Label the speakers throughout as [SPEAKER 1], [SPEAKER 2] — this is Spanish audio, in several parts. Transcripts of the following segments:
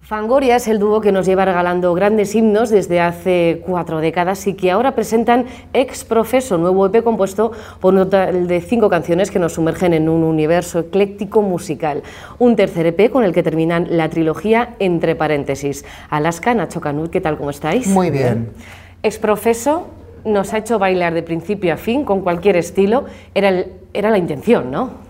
[SPEAKER 1] Fangoria es el dúo que nos lleva regalando grandes himnos desde hace cuatro décadas y que ahora presentan Ex Profeso, nuevo EP compuesto por un total de cinco canciones que nos sumergen en un universo ecléctico musical. Un tercer EP con el que terminan la trilogía entre paréntesis. Alaska, Nacho Canut, ¿qué tal? ¿Cómo estáis?
[SPEAKER 2] Muy bien.
[SPEAKER 1] Ex Profeso nos ha hecho bailar de principio a fin con cualquier estilo. Era, el- era la intención, ¿no?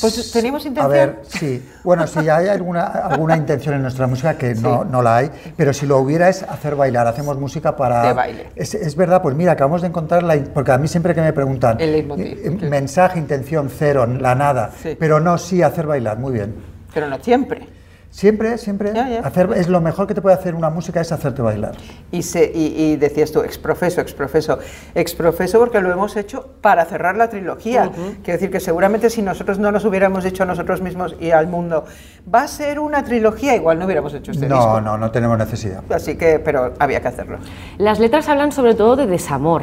[SPEAKER 3] Pues teníamos
[SPEAKER 2] A
[SPEAKER 3] intención.
[SPEAKER 2] ver, sí. Bueno, si hay alguna, alguna intención en nuestra música, que no, no la hay, pero si lo hubiera es hacer bailar, hacemos música para...
[SPEAKER 3] De baile.
[SPEAKER 2] Es, es verdad, pues mira, acabamos de encontrar, la, in- porque a mí siempre que me preguntan,
[SPEAKER 3] El leitmotiv,
[SPEAKER 2] eh,
[SPEAKER 3] sí.
[SPEAKER 2] mensaje, intención, cero, la nada,
[SPEAKER 3] Sí.
[SPEAKER 2] pero no, sí, hacer bailar, muy bien.
[SPEAKER 3] Pero no siempre.
[SPEAKER 2] Siempre, siempre,
[SPEAKER 3] Ya, ya.
[SPEAKER 2] hacer- es lo mejor que te puede hacer una música es hacerte bailar.
[SPEAKER 3] Y, se, y, y decías tú, exprofeso, exprofeso, exprofeso, porque lo hemos hecho para cerrar la trilogía. Quiero decir que seguramente si nosotros no nos hubiéramos dicho a nosotros mismos y al mundo, va a ser una trilogía, igual no hubiéramos hecho este
[SPEAKER 2] No,
[SPEAKER 3] disco.
[SPEAKER 2] no, no tenemos necesidad.
[SPEAKER 3] Así que, pero había que hacerlo.
[SPEAKER 1] Las letras hablan sobre todo de desamor,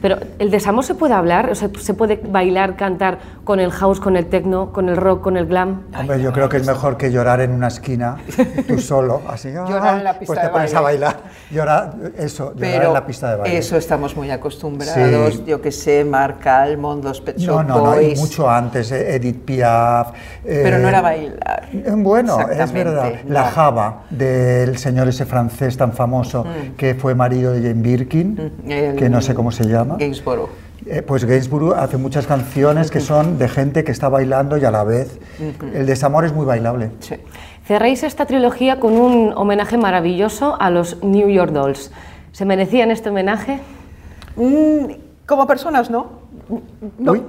[SPEAKER 1] pero el desamor se puede hablar, o sea, se puede bailar, cantar con el house, con el techno, con el rock, con el glam.
[SPEAKER 2] Hombre, yo creo que es mejor que llorar en una esquina, tú solo, así.
[SPEAKER 3] Llorar en la
[SPEAKER 2] ah,
[SPEAKER 3] pista
[SPEAKER 2] Pues te
[SPEAKER 3] de
[SPEAKER 2] pones a
[SPEAKER 3] baile.
[SPEAKER 2] bailar. Llorar, eso, llorar
[SPEAKER 3] Pero
[SPEAKER 2] en la pista de baile.
[SPEAKER 3] eso estamos muy acostumbrados,
[SPEAKER 2] Sí.
[SPEAKER 3] yo que sé, Marc Almond, los Pet
[SPEAKER 2] No,
[SPEAKER 3] Shop
[SPEAKER 2] no, no, y
[SPEAKER 3] Boys,
[SPEAKER 2] mucho antes, eh, Edith Piaf. eh,
[SPEAKER 3] Pero no era bailar.
[SPEAKER 2] eh, Bueno, es
[SPEAKER 3] Exactamente,
[SPEAKER 2] verdad.
[SPEAKER 3] no.
[SPEAKER 2] La Java del señor ese francés tan famoso que fue marido de Jane Birkin,
[SPEAKER 3] Mm, el-
[SPEAKER 2] que no sé cómo se llama.
[SPEAKER 3] Gainsborough.
[SPEAKER 2] Eh, pues Gainsborough hace muchas canciones
[SPEAKER 3] Mm.
[SPEAKER 2] que son de gente que está bailando y a la vez.
[SPEAKER 3] Mm-hmm.
[SPEAKER 2] El desamor es muy bailable.
[SPEAKER 3] Sí.
[SPEAKER 1] Cerréis esta trilogía con un homenaje maravilloso a los New York Dolls. ¿Se merecían este homenaje?
[SPEAKER 3] Mm, como personas, ¿no. No.
[SPEAKER 2] Uy.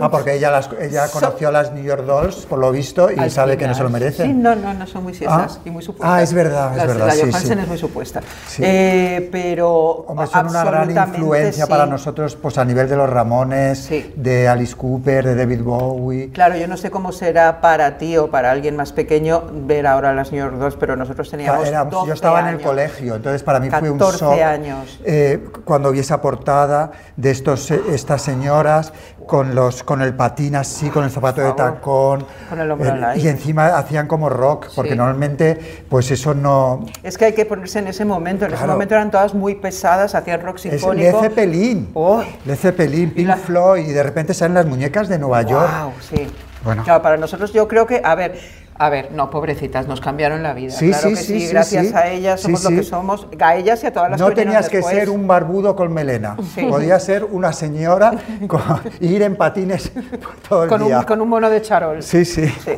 [SPEAKER 2] Ah, porque ella, las- ella
[SPEAKER 3] So-
[SPEAKER 2] conoció a las New York Dolls, por lo visto, y
[SPEAKER 3] Al
[SPEAKER 2] sabe que no
[SPEAKER 3] final.
[SPEAKER 2] se lo merecen.
[SPEAKER 3] Sí, no, no, no son muy siestas
[SPEAKER 2] Ah.
[SPEAKER 3] y muy supuestas.
[SPEAKER 2] Ah, es verdad, es
[SPEAKER 3] Las-
[SPEAKER 2] verdad,
[SPEAKER 3] La
[SPEAKER 2] sí,
[SPEAKER 3] Johansen
[SPEAKER 2] sí.
[SPEAKER 3] es muy supuesta.
[SPEAKER 2] Sí.
[SPEAKER 3] Eh, pero
[SPEAKER 2] Hombre, son una gran
[SPEAKER 3] absolutamente
[SPEAKER 2] influencia
[SPEAKER 3] sí.
[SPEAKER 2] para nosotros pues, a nivel de los Ramones,
[SPEAKER 3] Sí.
[SPEAKER 2] de Alice Cooper, de David Bowie.
[SPEAKER 3] Claro, yo no sé cómo será para ti o para alguien más pequeño ver ahora las New York Dolls, pero nosotros teníamos
[SPEAKER 2] Ah, Era-
[SPEAKER 3] 12
[SPEAKER 2] yo estaba en el
[SPEAKER 3] años.
[SPEAKER 2] colegio, entonces para mí fue un
[SPEAKER 3] 14
[SPEAKER 2] shock
[SPEAKER 3] años.
[SPEAKER 2] eh, cuando vi esa portada de estos, eh, estas señoras con, los, con el patín así, con el zapato de
[SPEAKER 3] Por favor.
[SPEAKER 2] tacón. eh,
[SPEAKER 3] Con el hombro al aire.
[SPEAKER 2] y encima hacían como rock, porque
[SPEAKER 3] Sí.
[SPEAKER 2] normalmente pues eso no...
[SPEAKER 3] Es que hay que ponerse en ese momento. En ese
[SPEAKER 2] Claro.
[SPEAKER 3] momento eran todas muy pesadas, hacían rock
[SPEAKER 2] Es
[SPEAKER 3] sinfónico.
[SPEAKER 2] Led Zeppelin,
[SPEAKER 3] Oh.
[SPEAKER 2] Led Zeppelin, Pink
[SPEAKER 3] la-
[SPEAKER 2] Floyd, y de repente salen las muñecas de Nueva York.
[SPEAKER 3] Wow, sí.
[SPEAKER 2] Bueno.
[SPEAKER 3] Claro, para nosotros yo creo que, a ver, a ver, no, pobrecitas, nos cambiaron la vida.
[SPEAKER 2] Sí,
[SPEAKER 3] claro
[SPEAKER 2] sí,
[SPEAKER 3] que
[SPEAKER 2] sí,
[SPEAKER 3] sí,
[SPEAKER 2] sí,
[SPEAKER 3] gracias
[SPEAKER 2] sí.
[SPEAKER 3] a ellas
[SPEAKER 2] Sí,
[SPEAKER 3] somos
[SPEAKER 2] sí.
[SPEAKER 3] lo que somos, a ellas y a todas las
[SPEAKER 2] No
[SPEAKER 3] que vinieron
[SPEAKER 2] tenías que
[SPEAKER 3] después.
[SPEAKER 2] ser un barbudo con melena.
[SPEAKER 3] Sí.
[SPEAKER 2] Podías ser una señora con, ir en patines por todo el
[SPEAKER 3] con
[SPEAKER 2] día.
[SPEAKER 3] un, con un mono de charol.
[SPEAKER 2] Sí, sí.
[SPEAKER 3] Sí.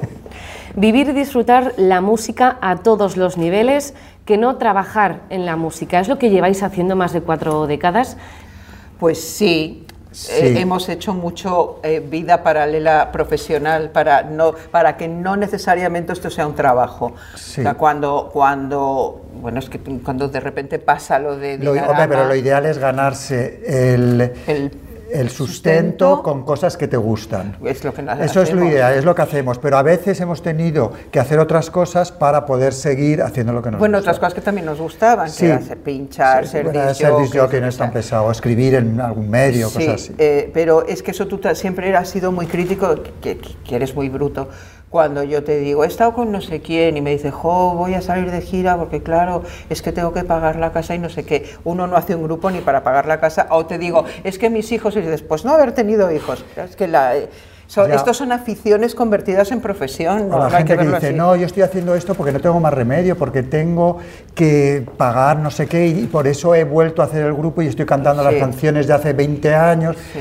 [SPEAKER 1] Vivir y disfrutar la música a todos los niveles, que no trabajar en la música. Es lo que lleváis haciendo más de cuatro décadas.
[SPEAKER 3] Pues sí.
[SPEAKER 2] Sí.
[SPEAKER 3] eh, hemos hecho mucho eh, vida paralela profesional para, no, para que no necesariamente esto sea un trabajo.
[SPEAKER 2] Sí.
[SPEAKER 3] O sea, cuando, cuando, bueno, es que cuando de repente pasa lo de...
[SPEAKER 2] Lo- hombre,
[SPEAKER 3] Dinarama,
[SPEAKER 2] pero lo ideal es ganarse el,
[SPEAKER 3] El
[SPEAKER 2] el sustento,
[SPEAKER 3] sustento.
[SPEAKER 2] con cosas que te gustan.
[SPEAKER 3] es lo que
[SPEAKER 2] Eso es lo
[SPEAKER 3] hacemos.
[SPEAKER 2] ideal, es lo que hacemos. Pero a veces hemos tenido que hacer otras cosas para poder seguir haciendo lo que nos
[SPEAKER 3] Bueno,
[SPEAKER 2] gusta.
[SPEAKER 3] otras cosas que también nos gustaban,
[SPEAKER 2] pues Sí.
[SPEAKER 3] que era ser pinchar,
[SPEAKER 2] Sí,
[SPEAKER 3] ser
[SPEAKER 2] bueno,
[SPEAKER 3] disc
[SPEAKER 2] ser disc
[SPEAKER 3] jockey,
[SPEAKER 2] jockey no es tan pesado, escribir en algún medio,
[SPEAKER 3] Sí,
[SPEAKER 2] cosas así.
[SPEAKER 3] eh, pero es que eso tú ta- siempre has sido muy crítico, que, que- que eres muy bruto. Cuando yo te digo, he estado con no sé quién y me dice, jo, voy a salir de gira porque claro, es que tengo que pagar la casa y no sé qué. Uno no hace un grupo ni para pagar la casa. O te digo, es que mis hijos, y dices, pues no haber tenido hijos. Es que la, eh, so-
[SPEAKER 2] Ya.
[SPEAKER 3] estos son aficiones convertidas en profesión. No,
[SPEAKER 2] a la
[SPEAKER 3] no hay
[SPEAKER 2] gente
[SPEAKER 3] que
[SPEAKER 2] que,
[SPEAKER 3] verlo
[SPEAKER 2] dice,
[SPEAKER 3] así.
[SPEAKER 2] no, yo estoy haciendo esto porque no tengo más remedio, porque tengo que pagar no sé qué, y por eso he vuelto a hacer el grupo y estoy cantando las
[SPEAKER 3] Sí.
[SPEAKER 2] canciones de hace 20 años.
[SPEAKER 3] Sí.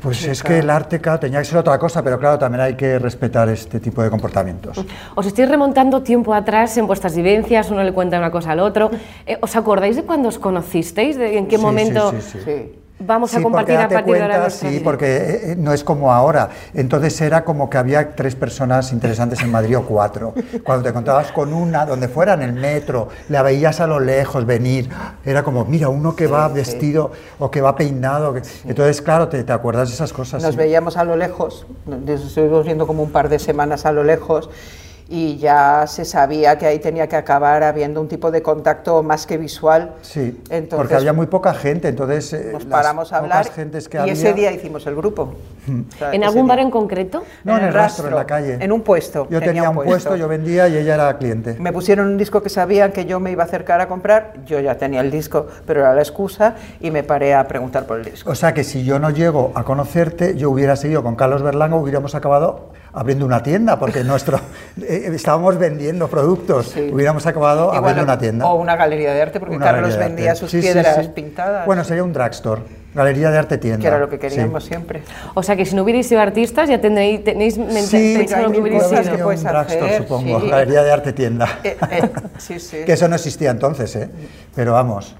[SPEAKER 2] Pues es que el arte, claro, tenía que ser otra cosa, pero claro, también hay que respetar este tipo de comportamientos.
[SPEAKER 1] Os estáis remontando tiempo atrás en vuestras vivencias, uno le cuenta una cosa al otro. Eh, ¿Os acordáis de cuando os conocisteis? ¿De en qué
[SPEAKER 2] Sí, sí,
[SPEAKER 1] momento
[SPEAKER 2] sí, sí.
[SPEAKER 3] Sí.
[SPEAKER 1] vamos a
[SPEAKER 2] Sí,
[SPEAKER 1] compartir
[SPEAKER 2] porque
[SPEAKER 1] a
[SPEAKER 2] date
[SPEAKER 1] partir de ahora
[SPEAKER 2] cuenta,
[SPEAKER 1] nuestra
[SPEAKER 2] Sí,
[SPEAKER 1] vida?
[SPEAKER 2] porque eh, eh, no es como ahora. Entonces era como que había tres personas interesantes en Madrid o cuatro. Cuando te encontrabas con una, donde fuera, en el metro, la veías a lo lejos venir, era como, mira, uno que va vestido o que va peinado. que- Entonces, claro, te, te acuerdas de esas cosas.
[SPEAKER 3] Nos
[SPEAKER 2] sí.
[SPEAKER 3] veíamos a lo lejos, nos estuvimos viendo como un par de semanas a lo lejos y ya se sabía que ahí tenía que acabar habiendo un tipo de contacto más que visual.
[SPEAKER 2] Sí,
[SPEAKER 3] Entonces,
[SPEAKER 2] porque había muy poca gente, entonces eh,
[SPEAKER 3] nos
[SPEAKER 2] las
[SPEAKER 3] paramos a hablar
[SPEAKER 2] pocas gentes que
[SPEAKER 3] y
[SPEAKER 2] había- Mm.
[SPEAKER 3] ese día hicimos el grupo. O sea,
[SPEAKER 1] ¿En
[SPEAKER 3] ese
[SPEAKER 1] algún
[SPEAKER 3] día.
[SPEAKER 1] bar en concreto?
[SPEAKER 2] No, en el rastro, en la calle.
[SPEAKER 3] En un puesto.
[SPEAKER 2] Yo tenía un puesto, yo vendía y ella era cliente.
[SPEAKER 3] Me pusieron un disco que sabían que yo me iba a acercar a comprar, yo ya tenía el disco, pero era la excusa y me paré a preguntar por el disco.
[SPEAKER 2] O sea que si yo no llego a conocerte, yo hubiera seguido con Carlos Berlanga, hubiéramos acabado abriendo una tienda, porque nuestro eh, estábamos vendiendo productos,
[SPEAKER 3] Sí.
[SPEAKER 2] hubiéramos acabado
[SPEAKER 3] Igual,
[SPEAKER 2] abriendo una tienda.
[SPEAKER 3] O una galería de arte, porque
[SPEAKER 2] Una
[SPEAKER 3] Carlos
[SPEAKER 2] galería de
[SPEAKER 3] vendía
[SPEAKER 2] arte.
[SPEAKER 3] sus
[SPEAKER 2] Sí, sí,
[SPEAKER 3] piedras
[SPEAKER 2] sí.
[SPEAKER 3] pintadas,
[SPEAKER 2] Bueno, sería un drugstore, galería de arte tienda.
[SPEAKER 3] que era lo que
[SPEAKER 2] sí.
[SPEAKER 3] queríamos siempre.
[SPEAKER 1] O sea que si no hubierais sido artistas ya tendréis, tenéis men-
[SPEAKER 2] Sí,
[SPEAKER 3] pero
[SPEAKER 1] pensado
[SPEAKER 3] hay
[SPEAKER 1] lo que
[SPEAKER 3] mil
[SPEAKER 1] hubierais
[SPEAKER 3] cosas
[SPEAKER 1] sido.
[SPEAKER 3] que puedes
[SPEAKER 2] un drugstore,
[SPEAKER 3] hacer,
[SPEAKER 2] supongo,
[SPEAKER 3] sí.
[SPEAKER 2] galería de arte tienda.
[SPEAKER 3] Eh, eh, sí, sí.
[SPEAKER 2] Que eso no existía entonces, ¿eh? Pero vamos,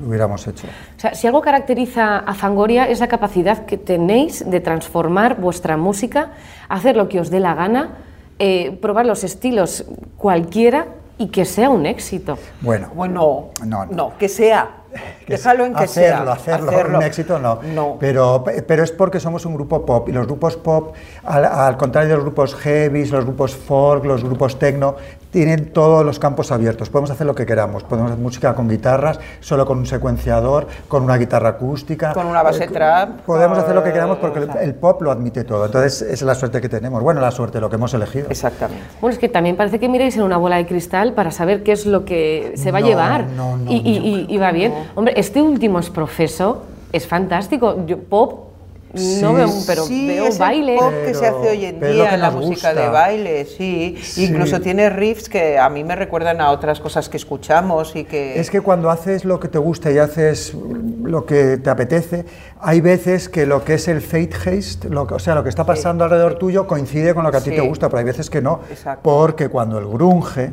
[SPEAKER 2] lo hubiéramos hecho.
[SPEAKER 1] O sea, si algo caracteriza a Fangoria es la capacidad que tenéis de transformar vuestra música, hacer lo que os dé la gana, eh, probar los estilos cualquiera y que sea un éxito.
[SPEAKER 2] Bueno,
[SPEAKER 3] Bueno,
[SPEAKER 2] No,
[SPEAKER 3] no,
[SPEAKER 2] no.
[SPEAKER 3] que sea.
[SPEAKER 2] que
[SPEAKER 3] Déjalo en que
[SPEAKER 2] hacerlo,
[SPEAKER 3] sea.
[SPEAKER 2] Hacerlo, un éxito no.
[SPEAKER 3] No.
[SPEAKER 2] Pero, pero es porque somos un grupo pop y los grupos pop, al, al contrario de los grupos heavy, los grupos folk, los grupos techno, tienen todos los campos abiertos. Podemos hacer lo que queramos. Podemos hacer música con guitarras, solo con un secuenciador, con una guitarra acústica.
[SPEAKER 3] Con una base
[SPEAKER 2] con-
[SPEAKER 3] trap,
[SPEAKER 2] Podemos hacer lo que
[SPEAKER 3] eh,
[SPEAKER 2] queramos porque el,
[SPEAKER 3] o sea.
[SPEAKER 2] el pop lo admite todo. Entonces, esa es la suerte que tenemos. Bueno, la suerte, lo que hemos elegido.
[SPEAKER 3] Exactamente.
[SPEAKER 1] Bueno, es que también parece que miráis en una bola de cristal para saber qué es lo que se va
[SPEAKER 2] No,
[SPEAKER 1] a llevar
[SPEAKER 2] no, no,
[SPEAKER 1] y, y-
[SPEAKER 2] yo
[SPEAKER 1] y- y va bien. Hombre, este último es profeso, es fantástico. Yo, pop, no
[SPEAKER 2] Sí,
[SPEAKER 1] veo, pero
[SPEAKER 3] sí,
[SPEAKER 1] veo
[SPEAKER 3] es el
[SPEAKER 1] baile.
[SPEAKER 3] pop que se
[SPEAKER 2] Pero-
[SPEAKER 3] hace hoy en
[SPEAKER 2] pero es lo
[SPEAKER 3] día
[SPEAKER 2] que
[SPEAKER 3] en la
[SPEAKER 2] nos
[SPEAKER 3] música
[SPEAKER 2] gusta.
[SPEAKER 3] de baile, sí.
[SPEAKER 2] Sí.
[SPEAKER 3] Incluso tiene riffs que a mí me recuerdan a otras cosas que escuchamos y que...
[SPEAKER 2] Es que cuando haces lo que te gusta y haces lo que te apetece, hay veces que lo que es el fate haste, lo que- o sea, lo que está pasando alrededor tuyo coincide con lo que a ti
[SPEAKER 3] Sí.
[SPEAKER 2] te gusta, pero hay veces que no,
[SPEAKER 3] Exacto.
[SPEAKER 2] porque cuando el grunge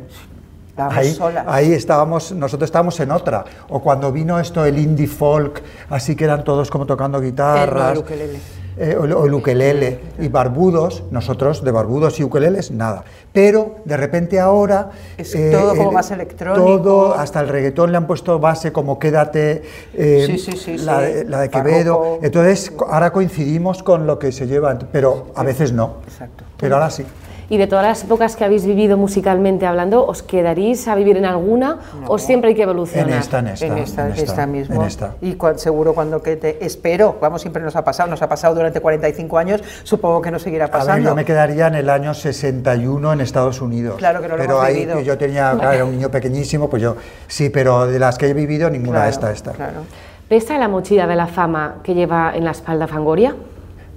[SPEAKER 3] Estábamos
[SPEAKER 2] Ahí,
[SPEAKER 3] solas.
[SPEAKER 2] ahí estábamos, nosotros estábamos en otra. O cuando vino esto el indie folk, así que eran todos como tocando guitarras.
[SPEAKER 3] Eh, no, el ukelele.
[SPEAKER 2] Eh, o, o el ukelele y barbudos, nosotros de barbudos y ukeleles, nada. Pero de repente ahora. eh,
[SPEAKER 3] Es todo como más electrónico.
[SPEAKER 2] Todo, hasta el reggaetón le han puesto base como Quédate, eh,
[SPEAKER 3] Sí, sí, sí,
[SPEAKER 2] la,
[SPEAKER 3] sí.
[SPEAKER 2] de- la de
[SPEAKER 3] Barroco.
[SPEAKER 2] Quevedo. Entonces co- ahora coincidimos con lo que se lleva, pero a veces no.
[SPEAKER 3] Exacto.
[SPEAKER 2] Pero ahora sí.
[SPEAKER 1] Y de todas las épocas que habéis vivido musicalmente hablando, ¿os quedaréis a vivir en alguna o siempre hay que evolucionar?
[SPEAKER 2] En esta, en esta.
[SPEAKER 3] en esta,
[SPEAKER 2] en esta,
[SPEAKER 3] mismo.
[SPEAKER 2] en esta.
[SPEAKER 3] Y cuan- seguro cuando que te espero, vamos, siempre nos ha pasado, nos ha pasado durante 45 años, supongo que nos seguirá
[SPEAKER 2] A ver,
[SPEAKER 3] pasando.
[SPEAKER 2] yo me quedaría en el año 61 en Estados Unidos.
[SPEAKER 3] Claro que no lo
[SPEAKER 2] Pero
[SPEAKER 3] hemos
[SPEAKER 2] ahí
[SPEAKER 3] vivido.
[SPEAKER 2] yo tenía, claro, era un niño pequeñísimo, pues yo sí, pero de las que he vivido ninguna
[SPEAKER 3] Claro,
[SPEAKER 2] esta, esta.
[SPEAKER 3] claro.
[SPEAKER 1] ¿Pesa la mochila de la fama que lleva en la espalda Fangoria?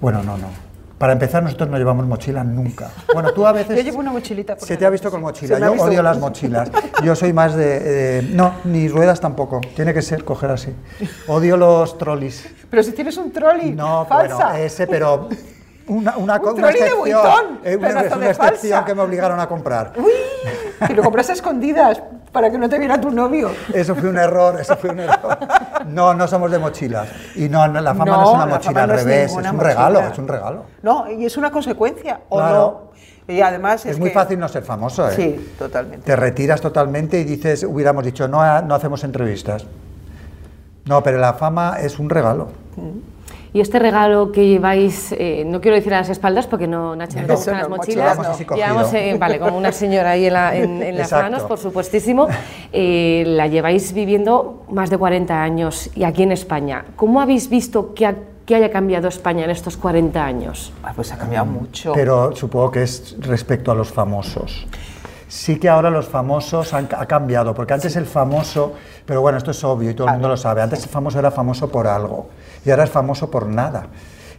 [SPEAKER 2] Bueno, no, no. Para empezar, nosotros no llevamos mochila nunca. Bueno, tú a veces
[SPEAKER 3] Yo llevo una mochilita. por
[SPEAKER 2] se te
[SPEAKER 3] ejemplo,
[SPEAKER 2] ha visto con
[SPEAKER 3] sí.
[SPEAKER 2] mochila.
[SPEAKER 3] Se me ha
[SPEAKER 2] Yo
[SPEAKER 3] visto
[SPEAKER 2] odio
[SPEAKER 3] con-
[SPEAKER 2] las mochilas. Yo soy más de, de- no, ni ruedas tampoco. Tiene que ser coger así. Odio los trolis.
[SPEAKER 3] Pero si tienes un trolley,
[SPEAKER 2] No,
[SPEAKER 3] falsa.
[SPEAKER 2] bueno, ese, pero una, una, co-
[SPEAKER 3] Un
[SPEAKER 2] una
[SPEAKER 3] trolley de
[SPEAKER 2] excepción,
[SPEAKER 3] Vuitton,
[SPEAKER 2] eh, una,
[SPEAKER 3] pedazo
[SPEAKER 2] una
[SPEAKER 3] de
[SPEAKER 2] excepción
[SPEAKER 3] falsa.
[SPEAKER 2] que me obligaron a comprar.
[SPEAKER 3] Y lo compras a escondidas para que no te viera tu novio.
[SPEAKER 2] Eso fue un error, eso fue un error. No, no somos de mochilas. Y no, no, la fama no,
[SPEAKER 3] No,
[SPEAKER 2] es una
[SPEAKER 3] la fama
[SPEAKER 2] mochila, al
[SPEAKER 3] no es
[SPEAKER 2] revés, es,
[SPEAKER 3] ninguna
[SPEAKER 2] un regalo,
[SPEAKER 3] mochila.
[SPEAKER 2] es un regalo.
[SPEAKER 3] No, y es una consecuencia, ¿o
[SPEAKER 2] Claro.
[SPEAKER 3] no? Y además
[SPEAKER 2] Es,
[SPEAKER 3] es,
[SPEAKER 2] muy
[SPEAKER 3] que-
[SPEAKER 2] fácil no ser famoso, ¿eh?
[SPEAKER 3] Sí, totalmente.
[SPEAKER 2] Te retiras totalmente y dices, hubiéramos dicho, no, ha- no hacemos entrevistas. No, pero la fama es un regalo.
[SPEAKER 1] Y este regalo que lleváis, eh, no quiero decir a las espaldas porque no, Nacho, no
[SPEAKER 2] No,
[SPEAKER 1] te gustan
[SPEAKER 3] no,
[SPEAKER 1] las
[SPEAKER 3] mochilas
[SPEAKER 1] mochilas.
[SPEAKER 3] no.
[SPEAKER 2] Así cogido.
[SPEAKER 1] Llevamos, eh, vale, como una señora ahí en, la- en- en las
[SPEAKER 2] Exacto.
[SPEAKER 1] manos, por supuestísimo. Eh, la lleváis viviendo más de 40 años y aquí en España. ¿Cómo habéis visto que, ha- que haya cambiado España en estos 40 años?
[SPEAKER 3] Ah, pues ha cambiado mucho.
[SPEAKER 2] Pero supongo que es respecto a los famosos. Sí que ahora los famosos han ca- ha cambiado, porque antes el famoso, pero bueno, esto es obvio y todo el mundo lo sabe, antes el famoso era famoso por algo y ahora es famoso por nada.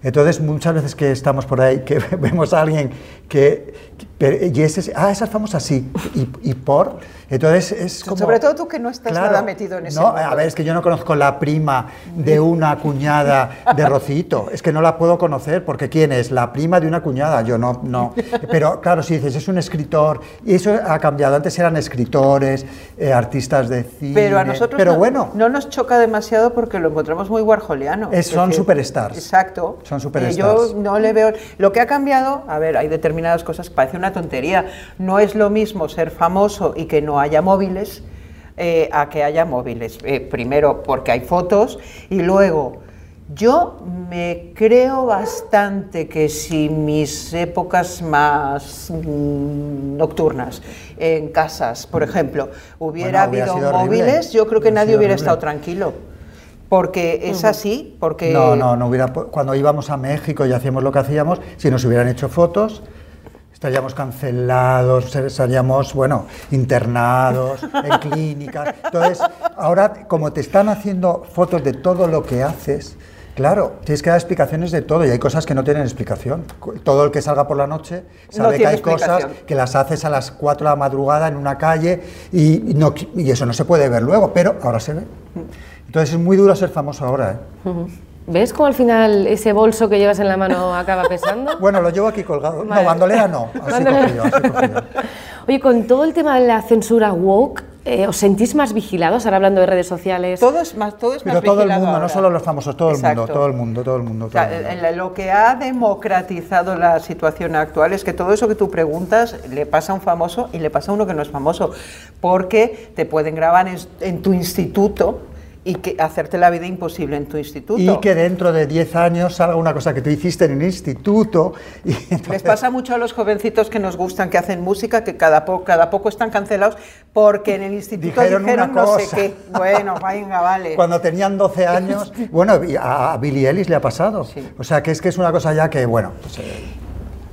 [SPEAKER 2] Entonces muchas veces que estamos por ahí, que vemos a alguien que... que- pero- y ese, es- ah, esa es famosa, sí, y, y por... Entonces es como...
[SPEAKER 3] Sobre todo tú que no estás nada metido en ese
[SPEAKER 2] No,
[SPEAKER 3] mundo.
[SPEAKER 2] a ver, es que yo no conozco la prima de una cuñada de Rocito. Es que no la puedo conocer porque ¿quién es? La prima de una cuñada. Yo no, no. Pero claro, si dices, es un escritor, y eso ha cambiado. Antes eran escritores, eh, artistas de cine.
[SPEAKER 3] Pero a nosotros
[SPEAKER 2] Pero
[SPEAKER 3] no,
[SPEAKER 2] bueno.
[SPEAKER 3] no nos choca demasiado porque lo encontramos muy warholiano.
[SPEAKER 2] Es- son
[SPEAKER 3] decir,
[SPEAKER 2] superstars.
[SPEAKER 3] Exacto.
[SPEAKER 2] Son
[SPEAKER 3] Eh,
[SPEAKER 2] superstars.
[SPEAKER 3] yo no le veo... Lo que ha cambiado, a ver, hay determinadas cosas, parece una tontería. No es lo mismo ser famoso y que no haya móviles eh, a que haya móviles. Eh, primero porque hay fotos y luego Yo me creo bastante que si mis épocas más mm, nocturnas en casas, por ejemplo, hubiera
[SPEAKER 2] Bueno, hubiera
[SPEAKER 3] habido
[SPEAKER 2] sido horrible.
[SPEAKER 3] móviles, yo creo que
[SPEAKER 2] Hubiera
[SPEAKER 3] nadie
[SPEAKER 2] sido
[SPEAKER 3] hubiera
[SPEAKER 2] horrible.
[SPEAKER 3] estado tranquilo. Porque es así, porque...
[SPEAKER 2] No, no, no hubiera. po- Cuando íbamos a México y hacíamos lo que hacíamos, si nos hubieran hecho fotos, estaríamos cancelados, estaríamos, bueno, internados, en clínicas. Entonces, ahora, como te están haciendo fotos de todo lo que haces, claro, tienes que dar explicaciones de todo y hay cosas que no tienen explicación. Cu- Todo el que salga por la noche sabe que
[SPEAKER 3] tiene
[SPEAKER 2] hay cosas
[SPEAKER 3] explicación.
[SPEAKER 2] que las haces a las 4 de la madrugada en una calle y, no, qui- y eso no se puede ver luego, pero ahora se ve.
[SPEAKER 3] Mm.
[SPEAKER 2] Entonces es muy duro ser famoso ahora, ¿eh?
[SPEAKER 1] ¿Ves cómo al final ese bolso que llevas en la mano acaba pesando?
[SPEAKER 2] Bueno, lo llevo aquí colgado.
[SPEAKER 1] Vale.
[SPEAKER 2] No, bandolera no. Así
[SPEAKER 1] Bandolera.
[SPEAKER 2] cogido, así cogido.
[SPEAKER 1] Oye, con todo el tema de la censura woke, eh, ¿os sentís más vigilados ahora hablando de redes sociales?
[SPEAKER 3] Todo es más, todo es
[SPEAKER 2] Pero
[SPEAKER 3] más
[SPEAKER 2] todo el
[SPEAKER 3] vigilado
[SPEAKER 2] mundo, no
[SPEAKER 3] ahora.
[SPEAKER 2] solo los famosos, todo el mundo,
[SPEAKER 3] Exacto.
[SPEAKER 2] todo el mundo, todo el mundo.
[SPEAKER 3] O sea,
[SPEAKER 2] todo el mundo.
[SPEAKER 3] el- el- lo que ha democratizado la situación actual es que todo eso que tú preguntas le pasa a un famoso y le pasa a uno que no es famoso, porque te pueden grabar en, en tu instituto y que, hacerte la vida imposible en tu instituto.
[SPEAKER 2] Y que dentro de 10 años salga una cosa que tú hiciste en el instituto. Y
[SPEAKER 3] Les
[SPEAKER 2] entonces-
[SPEAKER 3] pasa mucho a los jovencitos que nos gustan, que hacen música, que cada, po- cada poco están cancelados porque en el instituto
[SPEAKER 2] Dijeron
[SPEAKER 3] dijeron,
[SPEAKER 2] una
[SPEAKER 3] no
[SPEAKER 2] cosa.
[SPEAKER 3] sé qué. Bueno, venga, vale.
[SPEAKER 2] Cuando tenían 12 años, bueno, y a a Billie Ellis le ha pasado.
[SPEAKER 3] Sí.
[SPEAKER 2] O sea, que es que es una cosa ya que, bueno, pues, eh,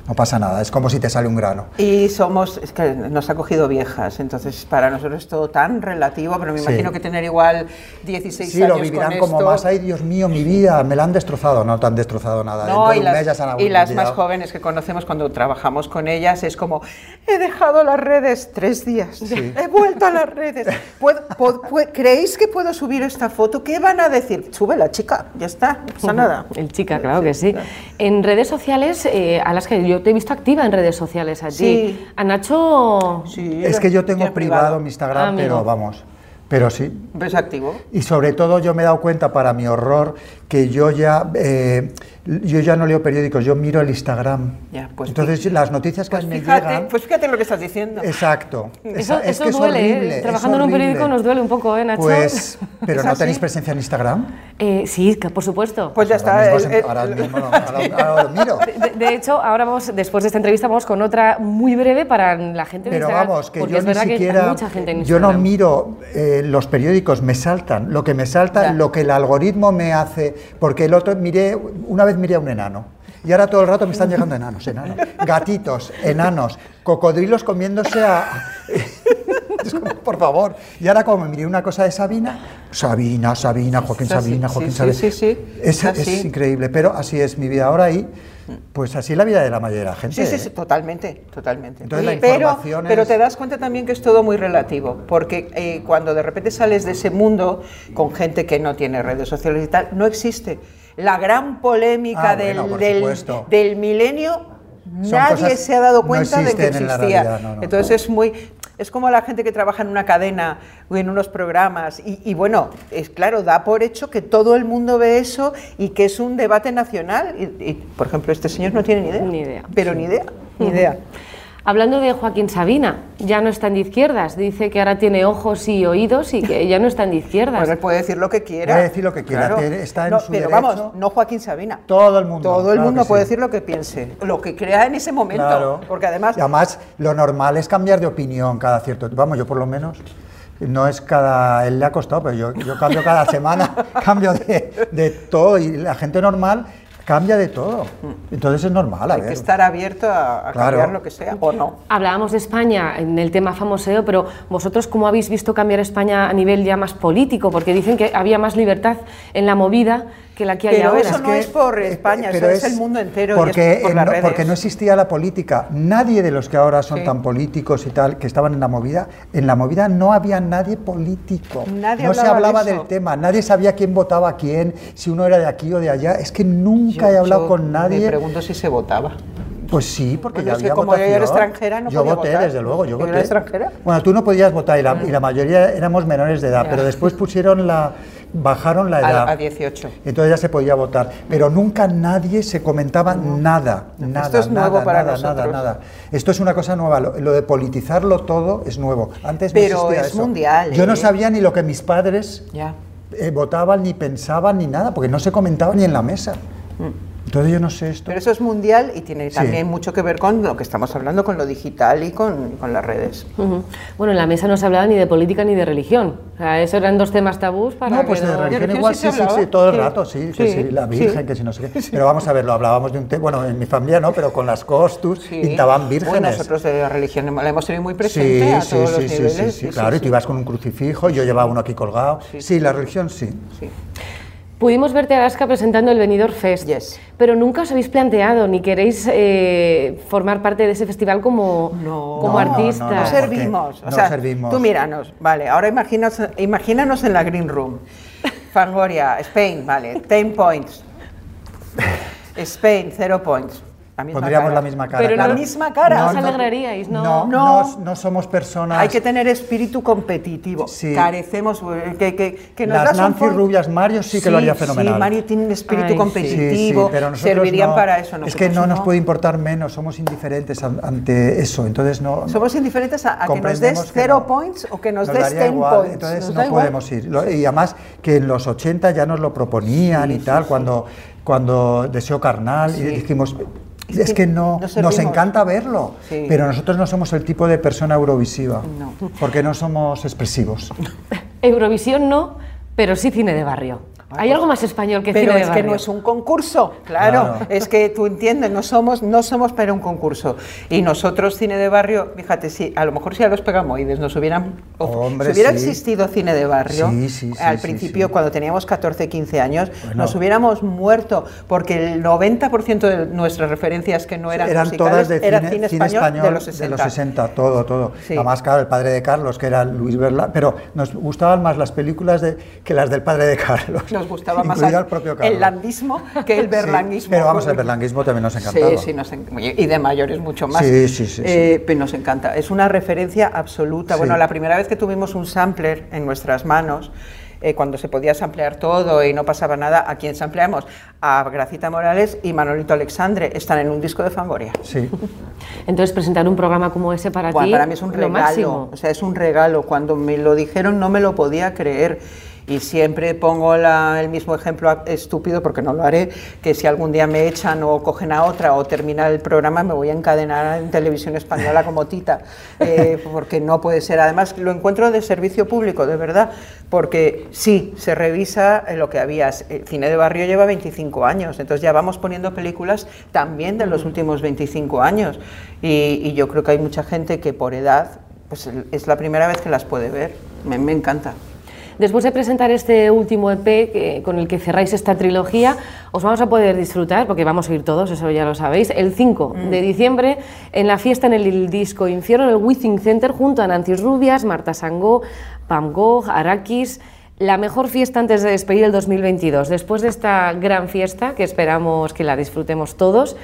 [SPEAKER 2] no pasa nada, es como si te sale un grano.
[SPEAKER 3] Y somos, es que nos ha cogido viejas, entonces para nosotros es todo tan relativo, pero me
[SPEAKER 2] Sí.
[SPEAKER 3] imagino que tener igual 16
[SPEAKER 2] Sí,
[SPEAKER 3] años
[SPEAKER 2] lo vivirán
[SPEAKER 3] con
[SPEAKER 2] como
[SPEAKER 3] esto-
[SPEAKER 2] más, ay Dios mío, mi vida, me la han destrozado, no te han destrozado nada.
[SPEAKER 3] No,
[SPEAKER 2] dentro de
[SPEAKER 3] y
[SPEAKER 2] un mes ya
[SPEAKER 3] las,
[SPEAKER 2] se han
[SPEAKER 3] y las más
[SPEAKER 2] olvidado.
[SPEAKER 3] jóvenes que conocemos cuando trabajamos con ellas es como, he dejado las redes tres días, he vuelto a las redes, ¿Puedo- pod- pu- ¿creéis que puedo subir esta foto? ¿Qué van a decir? Súbela, chica, ya está, no pasa nada.
[SPEAKER 1] El chica, claro que sí. En redes sociales, eh, a las que yo te he visto activa en redes sociales a ti.
[SPEAKER 3] Sí.
[SPEAKER 1] A Nacho.
[SPEAKER 3] Sí,
[SPEAKER 2] Es que yo
[SPEAKER 3] tiene
[SPEAKER 2] tengo privado mi Instagram,
[SPEAKER 1] Ah,
[SPEAKER 2] pero
[SPEAKER 1] amigo.
[SPEAKER 2] vamos, pero sí,
[SPEAKER 3] ¿Ves Pues activo?
[SPEAKER 2] Y sobre todo yo me he dado cuenta, para mi horror, que yo ya, eh, yo ya no leo periódicos, yo miro el Instagram.
[SPEAKER 3] Ya, pues
[SPEAKER 2] Entonces las noticias que
[SPEAKER 3] Pues
[SPEAKER 2] me
[SPEAKER 3] fíjate,
[SPEAKER 2] llegan...
[SPEAKER 3] pues fíjate lo que estás diciendo.
[SPEAKER 2] Exacto.
[SPEAKER 1] Eso,
[SPEAKER 2] Esa- es
[SPEAKER 1] eso
[SPEAKER 2] que
[SPEAKER 1] duele,
[SPEAKER 2] es
[SPEAKER 1] ¿eh?
[SPEAKER 2] horrible, es
[SPEAKER 1] Trabajando en un
[SPEAKER 2] horrible.
[SPEAKER 1] periódico nos duele un poco, ¿eh, Nacho?
[SPEAKER 2] Pues, pero
[SPEAKER 3] ¿Es
[SPEAKER 2] ¿no
[SPEAKER 3] así?
[SPEAKER 2] tenéis presencia en Instagram?
[SPEAKER 1] Eh, sí, que por supuesto.
[SPEAKER 3] Pues ya
[SPEAKER 2] Ahora
[SPEAKER 3] está.
[SPEAKER 2] mismo
[SPEAKER 3] el-
[SPEAKER 2] se-
[SPEAKER 3] el-
[SPEAKER 2] ahora mismo lo- ahora- ahora lo miro.
[SPEAKER 1] De, de hecho, ahora vamos, después de esta entrevista, vamos con otra muy breve para la gente de
[SPEAKER 2] Pero
[SPEAKER 1] Instagram.
[SPEAKER 2] vamos, que
[SPEAKER 1] porque
[SPEAKER 2] yo
[SPEAKER 1] es
[SPEAKER 2] ni
[SPEAKER 1] verdad que hay
[SPEAKER 2] siquiera.
[SPEAKER 1] mucha gente en
[SPEAKER 2] yo no
[SPEAKER 1] Instagram.
[SPEAKER 2] miro eh, los periódicos, me saltan. Lo que me salta,
[SPEAKER 3] Ya.
[SPEAKER 2] lo que el algoritmo me hace. Porque el otro miré, una vez miré a un enano. Y ahora todo el rato me están llegando enanos, enanos. Gatitos, enanos, cocodrilos comiéndose a. Es como, por favor. Y ahora como me miré una cosa de Sabina, Sabina, Sabina, Joaquín
[SPEAKER 3] Es así,
[SPEAKER 2] Sabina,
[SPEAKER 3] sí,
[SPEAKER 2] Joaquín
[SPEAKER 3] sí,
[SPEAKER 2] Sabina.
[SPEAKER 3] sí, sí,
[SPEAKER 2] Es,
[SPEAKER 3] es
[SPEAKER 2] es
[SPEAKER 3] así.
[SPEAKER 2] increíble, pero así es mi vida ahora y pues así es la vida de la mayoría de la gente.
[SPEAKER 3] Sí, sí, sí, totalmente, totalmente.
[SPEAKER 2] Entonces, la
[SPEAKER 3] pero,
[SPEAKER 2] información
[SPEAKER 3] pero
[SPEAKER 2] es-
[SPEAKER 3] te das cuenta también que es todo muy relativo, porque eh, cuando de repente sales de ese mundo con gente que no tiene redes sociales y tal, no existe. La gran polémica
[SPEAKER 2] Ah,
[SPEAKER 3] del,
[SPEAKER 2] bueno, por
[SPEAKER 3] del-
[SPEAKER 2] supuesto.
[SPEAKER 3] del milenio,
[SPEAKER 2] Son
[SPEAKER 3] nadie
[SPEAKER 2] cosas
[SPEAKER 3] se ha dado
[SPEAKER 2] no
[SPEAKER 3] cuenta de que
[SPEAKER 2] existen en la
[SPEAKER 3] existía.
[SPEAKER 2] realidad, no, no,
[SPEAKER 3] Entonces es muy... Es como la gente que trabaja en una cadena o en unos programas y, y bueno, es claro, da por hecho que todo el mundo ve eso y que es un debate nacional. Y, y, por ejemplo, este señor no tiene ni idea.
[SPEAKER 1] Ni idea.
[SPEAKER 3] Pero ni idea, ni idea.
[SPEAKER 1] Hablando de Joaquín Sabina, ya no está en de izquierdas. Dice que ahora tiene ojos y oídos y que ya no está en de izquierdas.
[SPEAKER 3] Bueno, él puede decir lo que quiera.
[SPEAKER 2] Puede decir lo que quiera, que está en
[SPEAKER 3] No,
[SPEAKER 2] su
[SPEAKER 3] Pero
[SPEAKER 2] derecho.
[SPEAKER 3] vamos, no Joaquín Sabina.
[SPEAKER 2] Todo el mundo.
[SPEAKER 3] Todo el
[SPEAKER 2] claro
[SPEAKER 3] mundo
[SPEAKER 2] que
[SPEAKER 3] puede
[SPEAKER 2] sí.
[SPEAKER 3] decir lo que piense, lo que crea en ese momento.
[SPEAKER 2] Claro.
[SPEAKER 3] Porque además,
[SPEAKER 2] Y además, lo normal es cambiar de opinión cada cierto Vamos, yo por lo menos. No es cada. Él le ha costado, pero yo, yo cambio cada semana, cambio de, de todo. Y la gente normal cambia de todo. Entonces es normal, a
[SPEAKER 3] Hmm. hay
[SPEAKER 2] ver.
[SPEAKER 3] que estar abierto a, a
[SPEAKER 2] Claro.
[SPEAKER 3] cambiar lo que sea, o no.
[SPEAKER 1] Hablábamos de España en el tema famoseo, pero vosotros cómo habéis visto cambiar España a nivel ya más político, porque dicen que había más libertad en la movida que la que hay
[SPEAKER 3] Pero
[SPEAKER 1] ahora.
[SPEAKER 3] eso no es por España,
[SPEAKER 2] eh, pero
[SPEAKER 3] eso es el mundo entero y
[SPEAKER 2] Porque,
[SPEAKER 3] es por
[SPEAKER 2] eh,
[SPEAKER 3] las
[SPEAKER 2] no,
[SPEAKER 3] redes.
[SPEAKER 2] porque no existía la política. Nadie de los que ahora son
[SPEAKER 3] Sí.
[SPEAKER 2] tan políticos y tal, que estaban en la movida, en la movida no había nadie político.
[SPEAKER 3] Nadie
[SPEAKER 2] no se
[SPEAKER 3] hablaba de
[SPEAKER 2] hablaba
[SPEAKER 3] eso.
[SPEAKER 2] del tema, nadie sabía quién votaba a quién, si uno era de aquí o de allá. Es que nunca he hablado con
[SPEAKER 3] Me
[SPEAKER 2] nadie.
[SPEAKER 3] pregunto si se votaba.
[SPEAKER 2] Pues sí, porque
[SPEAKER 3] Bueno,
[SPEAKER 2] ya
[SPEAKER 3] es que
[SPEAKER 2] había
[SPEAKER 3] como yo
[SPEAKER 2] votación.
[SPEAKER 3] era extranjera, no
[SPEAKER 2] Yo
[SPEAKER 3] podía
[SPEAKER 2] voté,
[SPEAKER 3] votar.
[SPEAKER 2] desde luego, yo
[SPEAKER 3] ¿Yo
[SPEAKER 2] voté.
[SPEAKER 3] era extranjera? Ah.
[SPEAKER 2] Bueno, tú no podías votar y la, y la mayoría éramos menores de edad,
[SPEAKER 3] Ya.
[SPEAKER 2] pero después pusieron la... bajaron la edad.
[SPEAKER 3] A, a 18.
[SPEAKER 2] Entonces ya se podía votar, pero nunca nadie se comentaba nada, nada,
[SPEAKER 3] Esto es
[SPEAKER 2] nada,
[SPEAKER 3] nuevo para
[SPEAKER 2] nada, nada,
[SPEAKER 3] nosotros.
[SPEAKER 2] nada. Esto es una cosa nueva, lo, lo de politizarlo todo es nuevo. Antes no
[SPEAKER 3] Pero
[SPEAKER 2] existía
[SPEAKER 3] es
[SPEAKER 2] eso.
[SPEAKER 3] mundial,
[SPEAKER 2] Yo no
[SPEAKER 3] ¿eh?
[SPEAKER 2] sabía ni lo que mis padres
[SPEAKER 3] Ya.
[SPEAKER 2] eh, votaban, ni pensaban, ni nada, porque no se comentaba ni en la mesa. Entonces yo no sé esto.
[SPEAKER 3] Mm. Pero eso es mundial y tiene
[SPEAKER 2] Sí.
[SPEAKER 3] también mucho que ver con lo que estamos hablando, con lo digital y con, con las redes.
[SPEAKER 1] Ujú. Bueno, en la mesa no se hablaba ni de política ni de religión. O sea, esos eran dos temas tabús para
[SPEAKER 2] No,
[SPEAKER 1] que
[SPEAKER 2] pues de
[SPEAKER 1] no-
[SPEAKER 2] religión
[SPEAKER 3] religión
[SPEAKER 2] igual
[SPEAKER 3] sí
[SPEAKER 2] sí,
[SPEAKER 3] se
[SPEAKER 2] sí,
[SPEAKER 3] hablaba.
[SPEAKER 2] sí, todo el
[SPEAKER 3] Sí.
[SPEAKER 2] rato, sí, que
[SPEAKER 3] Sí,
[SPEAKER 2] sí, la
[SPEAKER 3] sí.
[SPEAKER 2] Virgen, que si no sé qué. Pero vamos a ver, lo hablábamos de un tema, bueno, en mi familia no, pero con las costus
[SPEAKER 3] Sí.
[SPEAKER 2] pintaban
[SPEAKER 3] Bueno,
[SPEAKER 2] vírgenes.
[SPEAKER 3] nosotros de la religión la hemos tenido muy presente a todos los
[SPEAKER 2] sí,
[SPEAKER 3] niveles.
[SPEAKER 2] sí, sí, claro, y tú ibas con un crucifijo, yo llevaba uno aquí colgado. Sí, la religión sí.
[SPEAKER 3] sí.
[SPEAKER 1] Pudimos verte Alaska presentando el Benidorm Fest,
[SPEAKER 3] Yes.
[SPEAKER 1] pero nunca os habéis planteado ni queréis eh, formar parte de ese festival como,
[SPEAKER 3] No.
[SPEAKER 1] como
[SPEAKER 2] No,
[SPEAKER 1] artista.
[SPEAKER 2] no,
[SPEAKER 3] No
[SPEAKER 2] porque
[SPEAKER 3] servimos. O
[SPEAKER 2] no
[SPEAKER 3] sea,
[SPEAKER 2] servimos.
[SPEAKER 3] tú míranos. Vale, ahora imagínanos, imagínanos en la Green Room. Fangoria, Spain, vale, 10 points. Spain, 0 points. La misma
[SPEAKER 2] Pondríamos
[SPEAKER 3] cara.
[SPEAKER 2] la misma cara.
[SPEAKER 1] Pero no-
[SPEAKER 2] claro.
[SPEAKER 1] la
[SPEAKER 3] misma cara.
[SPEAKER 1] Os alegraríais, ¿no?
[SPEAKER 2] No,
[SPEAKER 3] No.
[SPEAKER 2] no, no somos personas.
[SPEAKER 3] Hay que tener espíritu competitivo.
[SPEAKER 2] Sí.
[SPEAKER 3] Carecemos. eh, Que, que, que nos
[SPEAKER 2] Las
[SPEAKER 3] das un
[SPEAKER 2] Nancy
[SPEAKER 3] point.
[SPEAKER 2] Rubias Mario sí que lo haría fenomenal.
[SPEAKER 3] Sí, Mario tiene un espíritu
[SPEAKER 1] Ay, sí.
[SPEAKER 3] competitivo. servirían
[SPEAKER 2] no.
[SPEAKER 3] para eso.
[SPEAKER 2] Es que
[SPEAKER 3] nosotros
[SPEAKER 2] no nos puede importar menos, somos indiferentes an- ante eso, entonces no.
[SPEAKER 3] Somos indiferentes a, a que nos
[SPEAKER 2] comprendemos
[SPEAKER 3] des
[SPEAKER 2] que
[SPEAKER 3] 0
[SPEAKER 2] no.
[SPEAKER 3] points o que nos,
[SPEAKER 2] Nos
[SPEAKER 3] des
[SPEAKER 2] daría
[SPEAKER 3] 10
[SPEAKER 2] igual,
[SPEAKER 3] points.
[SPEAKER 2] Entonces
[SPEAKER 3] Nos
[SPEAKER 2] no
[SPEAKER 3] da igual.
[SPEAKER 2] podemos ir. Lo- Y además que en los 80 ya nos lo proponían y tal, cuando, cuando Deseo Carnal, y dijimos,
[SPEAKER 3] Es
[SPEAKER 2] es,
[SPEAKER 3] que
[SPEAKER 2] que, no,
[SPEAKER 3] no servimos".
[SPEAKER 2] nos encanta verlo,
[SPEAKER 3] Sí.
[SPEAKER 2] pero nosotros no somos el tipo de persona eurovisiva,
[SPEAKER 3] No.
[SPEAKER 2] porque no somos expresivos.
[SPEAKER 1] Eurovisión no, pero sí cine de barrio. Hay algo más español que
[SPEAKER 3] Ah, pues Pero
[SPEAKER 1] cine de
[SPEAKER 3] es
[SPEAKER 1] barrio.
[SPEAKER 3] que no es un concurso, claro.
[SPEAKER 2] Claro.
[SPEAKER 3] Es que tú entiendes, no somos, no somos para un concurso. Y nosotros, cine de barrio, fíjate, sí, a lo mejor si a los pegamoides nos hubieran. of-
[SPEAKER 2] Hombre,
[SPEAKER 3] si hubiera
[SPEAKER 2] sí.
[SPEAKER 3] existido cine de barrio,
[SPEAKER 2] Sí, sí, sí,
[SPEAKER 3] al
[SPEAKER 2] sí,
[SPEAKER 3] principio,
[SPEAKER 2] sí.
[SPEAKER 3] cuando teníamos 14, 15 años,
[SPEAKER 2] Bueno.
[SPEAKER 3] nos hubiéramos muerto, porque el 90% de nuestras referencias que no eran. musicales
[SPEAKER 2] todas de
[SPEAKER 3] era
[SPEAKER 2] cine, cine español, de los 60, todo, todo.
[SPEAKER 3] Sí.
[SPEAKER 2] Además, claro, el padre de Carlos, que era Luis Berla, pero nos gustaban más las películas de, que las del padre de Carlos.
[SPEAKER 3] Nos gustaba más
[SPEAKER 2] incluido
[SPEAKER 3] al-
[SPEAKER 2] al propio Carlos.
[SPEAKER 3] el landismo que el
[SPEAKER 2] Sí,
[SPEAKER 3] berlanguismo. pues,
[SPEAKER 2] pero vamos, el berlanguismo también nos encantaba.
[SPEAKER 3] Sí, sí, nos enc- y de mayores mucho más.
[SPEAKER 2] Sí, sí, sí,
[SPEAKER 3] Eh, Pero nos encanta. Es una referencia absoluta.
[SPEAKER 2] Sí.
[SPEAKER 3] Bueno, la primera vez que tuvimos un sampler en nuestras manos, eh, cuando se podía samplear todo y no pasaba nada, ¿a quién sampleamos? A Gracita Morales y Manolito Alexandre. Están en un disco de Fangoria.
[SPEAKER 2] Sí.
[SPEAKER 1] Entonces presentar un programa como ese para
[SPEAKER 3] Buah,
[SPEAKER 1] ti
[SPEAKER 3] para mí es un
[SPEAKER 1] lo
[SPEAKER 3] regalo.
[SPEAKER 1] máximo.
[SPEAKER 3] O sea, es un regalo. Cuando me lo dijeron no me lo podía creer. Y siempre pongo la- el mismo ejemplo a- estúpido, porque no lo haré, que si algún día me echan o cogen a otra o termina el programa, me voy a encadenar en televisión española como tita, eh, porque no puede ser. Además, lo encuentro de servicio público, de verdad, porque sí, se revisa eh, lo que había. El cine de barrio lleva 25 años, entonces ya vamos poniendo películas también de los últimos 25 años. Y, y yo creo que hay mucha gente que por edad pues el- es la primera vez que las puede ver. Me, me encanta.
[SPEAKER 1] Después de presentar este último EP que- con el que cerráis esta trilogía, os vamos a poder disfrutar, porque vamos a ir todos, eso ya lo sabéis, el 5
[SPEAKER 3] Mm.
[SPEAKER 1] de diciembre en la fiesta en el Disco Infierno, en el Withing Center, junto a Nancy Rubias, Marta Sangó, Pam Gogh, Arakis. La mejor fiesta antes de despedir el 2022. Después de esta gran fiesta, que esperamos que la disfrutemos todos,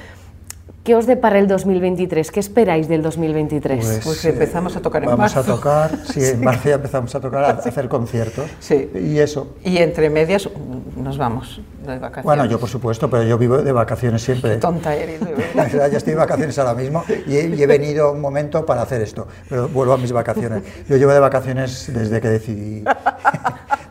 [SPEAKER 1] ¿qué os depara el 2023? ¿Qué esperáis del 2023?
[SPEAKER 3] Pues empezamos a tocar en
[SPEAKER 2] eh, vamos
[SPEAKER 3] marzo.
[SPEAKER 2] a tocar, sí, en marzo ya empezamos a tocar, a hacer conciertos.
[SPEAKER 3] Sí.
[SPEAKER 2] Y eso.
[SPEAKER 3] Y entre medias mm, nos vamos de vacaciones.
[SPEAKER 2] Bueno, yo por supuesto, pero yo vivo de vacaciones siempre.
[SPEAKER 3] Tonta eres, de verdad.
[SPEAKER 2] La verdad, yo estoy de vacaciones ahora mismo y he, y he venido un momento para hacer esto, pero vuelvo a mis vacaciones. Yo llevo de vacaciones desde que decidí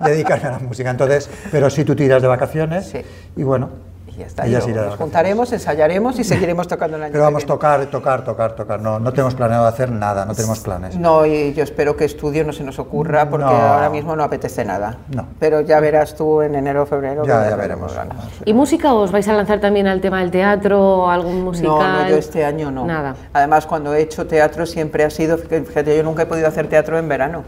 [SPEAKER 2] dedicarme a la música, entonces, pero si tú tiras de vacaciones
[SPEAKER 3] Sí.
[SPEAKER 2] y bueno,
[SPEAKER 3] Y ya está. y
[SPEAKER 2] ellas irán de
[SPEAKER 3] luego nos
[SPEAKER 2] vacaciones.
[SPEAKER 3] juntaremos, ensayaremos y seguiremos tocando el año
[SPEAKER 2] Pero
[SPEAKER 3] que
[SPEAKER 2] vamos a
[SPEAKER 3] viene.
[SPEAKER 2] tocar, tocar, tocar, tocar. No, no tenemos planeado hacer nada, no tenemos planes.
[SPEAKER 3] No, y yo espero que estudio no se nos ocurra porque
[SPEAKER 2] No.
[SPEAKER 3] ahora mismo no apetece nada.
[SPEAKER 2] No.
[SPEAKER 3] Pero ya verás tú en enero o febrero. que
[SPEAKER 2] ya, ya
[SPEAKER 3] tendremos
[SPEAKER 2] veremos.
[SPEAKER 3] ganas.
[SPEAKER 1] ¿Y música os vais a lanzar también al tema del teatro, algún musical?
[SPEAKER 3] No, no, yo este año no.
[SPEAKER 1] Nada.
[SPEAKER 3] Además, cuando he hecho teatro siempre ha sido, fíjate, fíjate, yo nunca he podido hacer teatro en verano.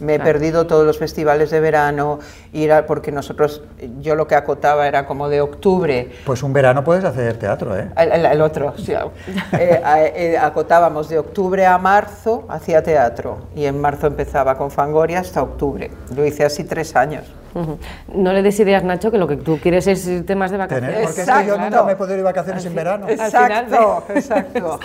[SPEAKER 3] Me he
[SPEAKER 1] Claro.
[SPEAKER 3] perdido todos los festivales de verano, ir a- porque nosotros, yo lo que acotaba era como de octubre
[SPEAKER 2] Pues un verano puedes hacer teatro, ¿eh?
[SPEAKER 3] el, el- el otro, sí. Eh, a- eh, acotábamos de octubre a marzo, hacía teatro. Y en marzo empezaba con Fangoria hasta octubre. Lo hice así tres años.
[SPEAKER 1] Ujú. No le des ideas, Nacho, que lo que tú quieres es irte más de vacaciones.
[SPEAKER 2] Tener- porque es que
[SPEAKER 3] Exacto.
[SPEAKER 2] yo nunca me he podido ir de vacaciones en verano.
[SPEAKER 1] Al ¿eh?
[SPEAKER 3] Exacto, exacto.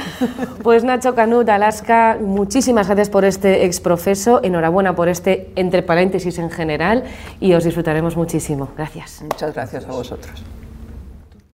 [SPEAKER 1] Pues Nacho Canut, Alaska, muchísimas gracias por este exprofeso, enhorabuena por este entre paréntesis en general y os disfrutaremos muchísimo. Gracias.
[SPEAKER 3] Muchas gracias a vosotros.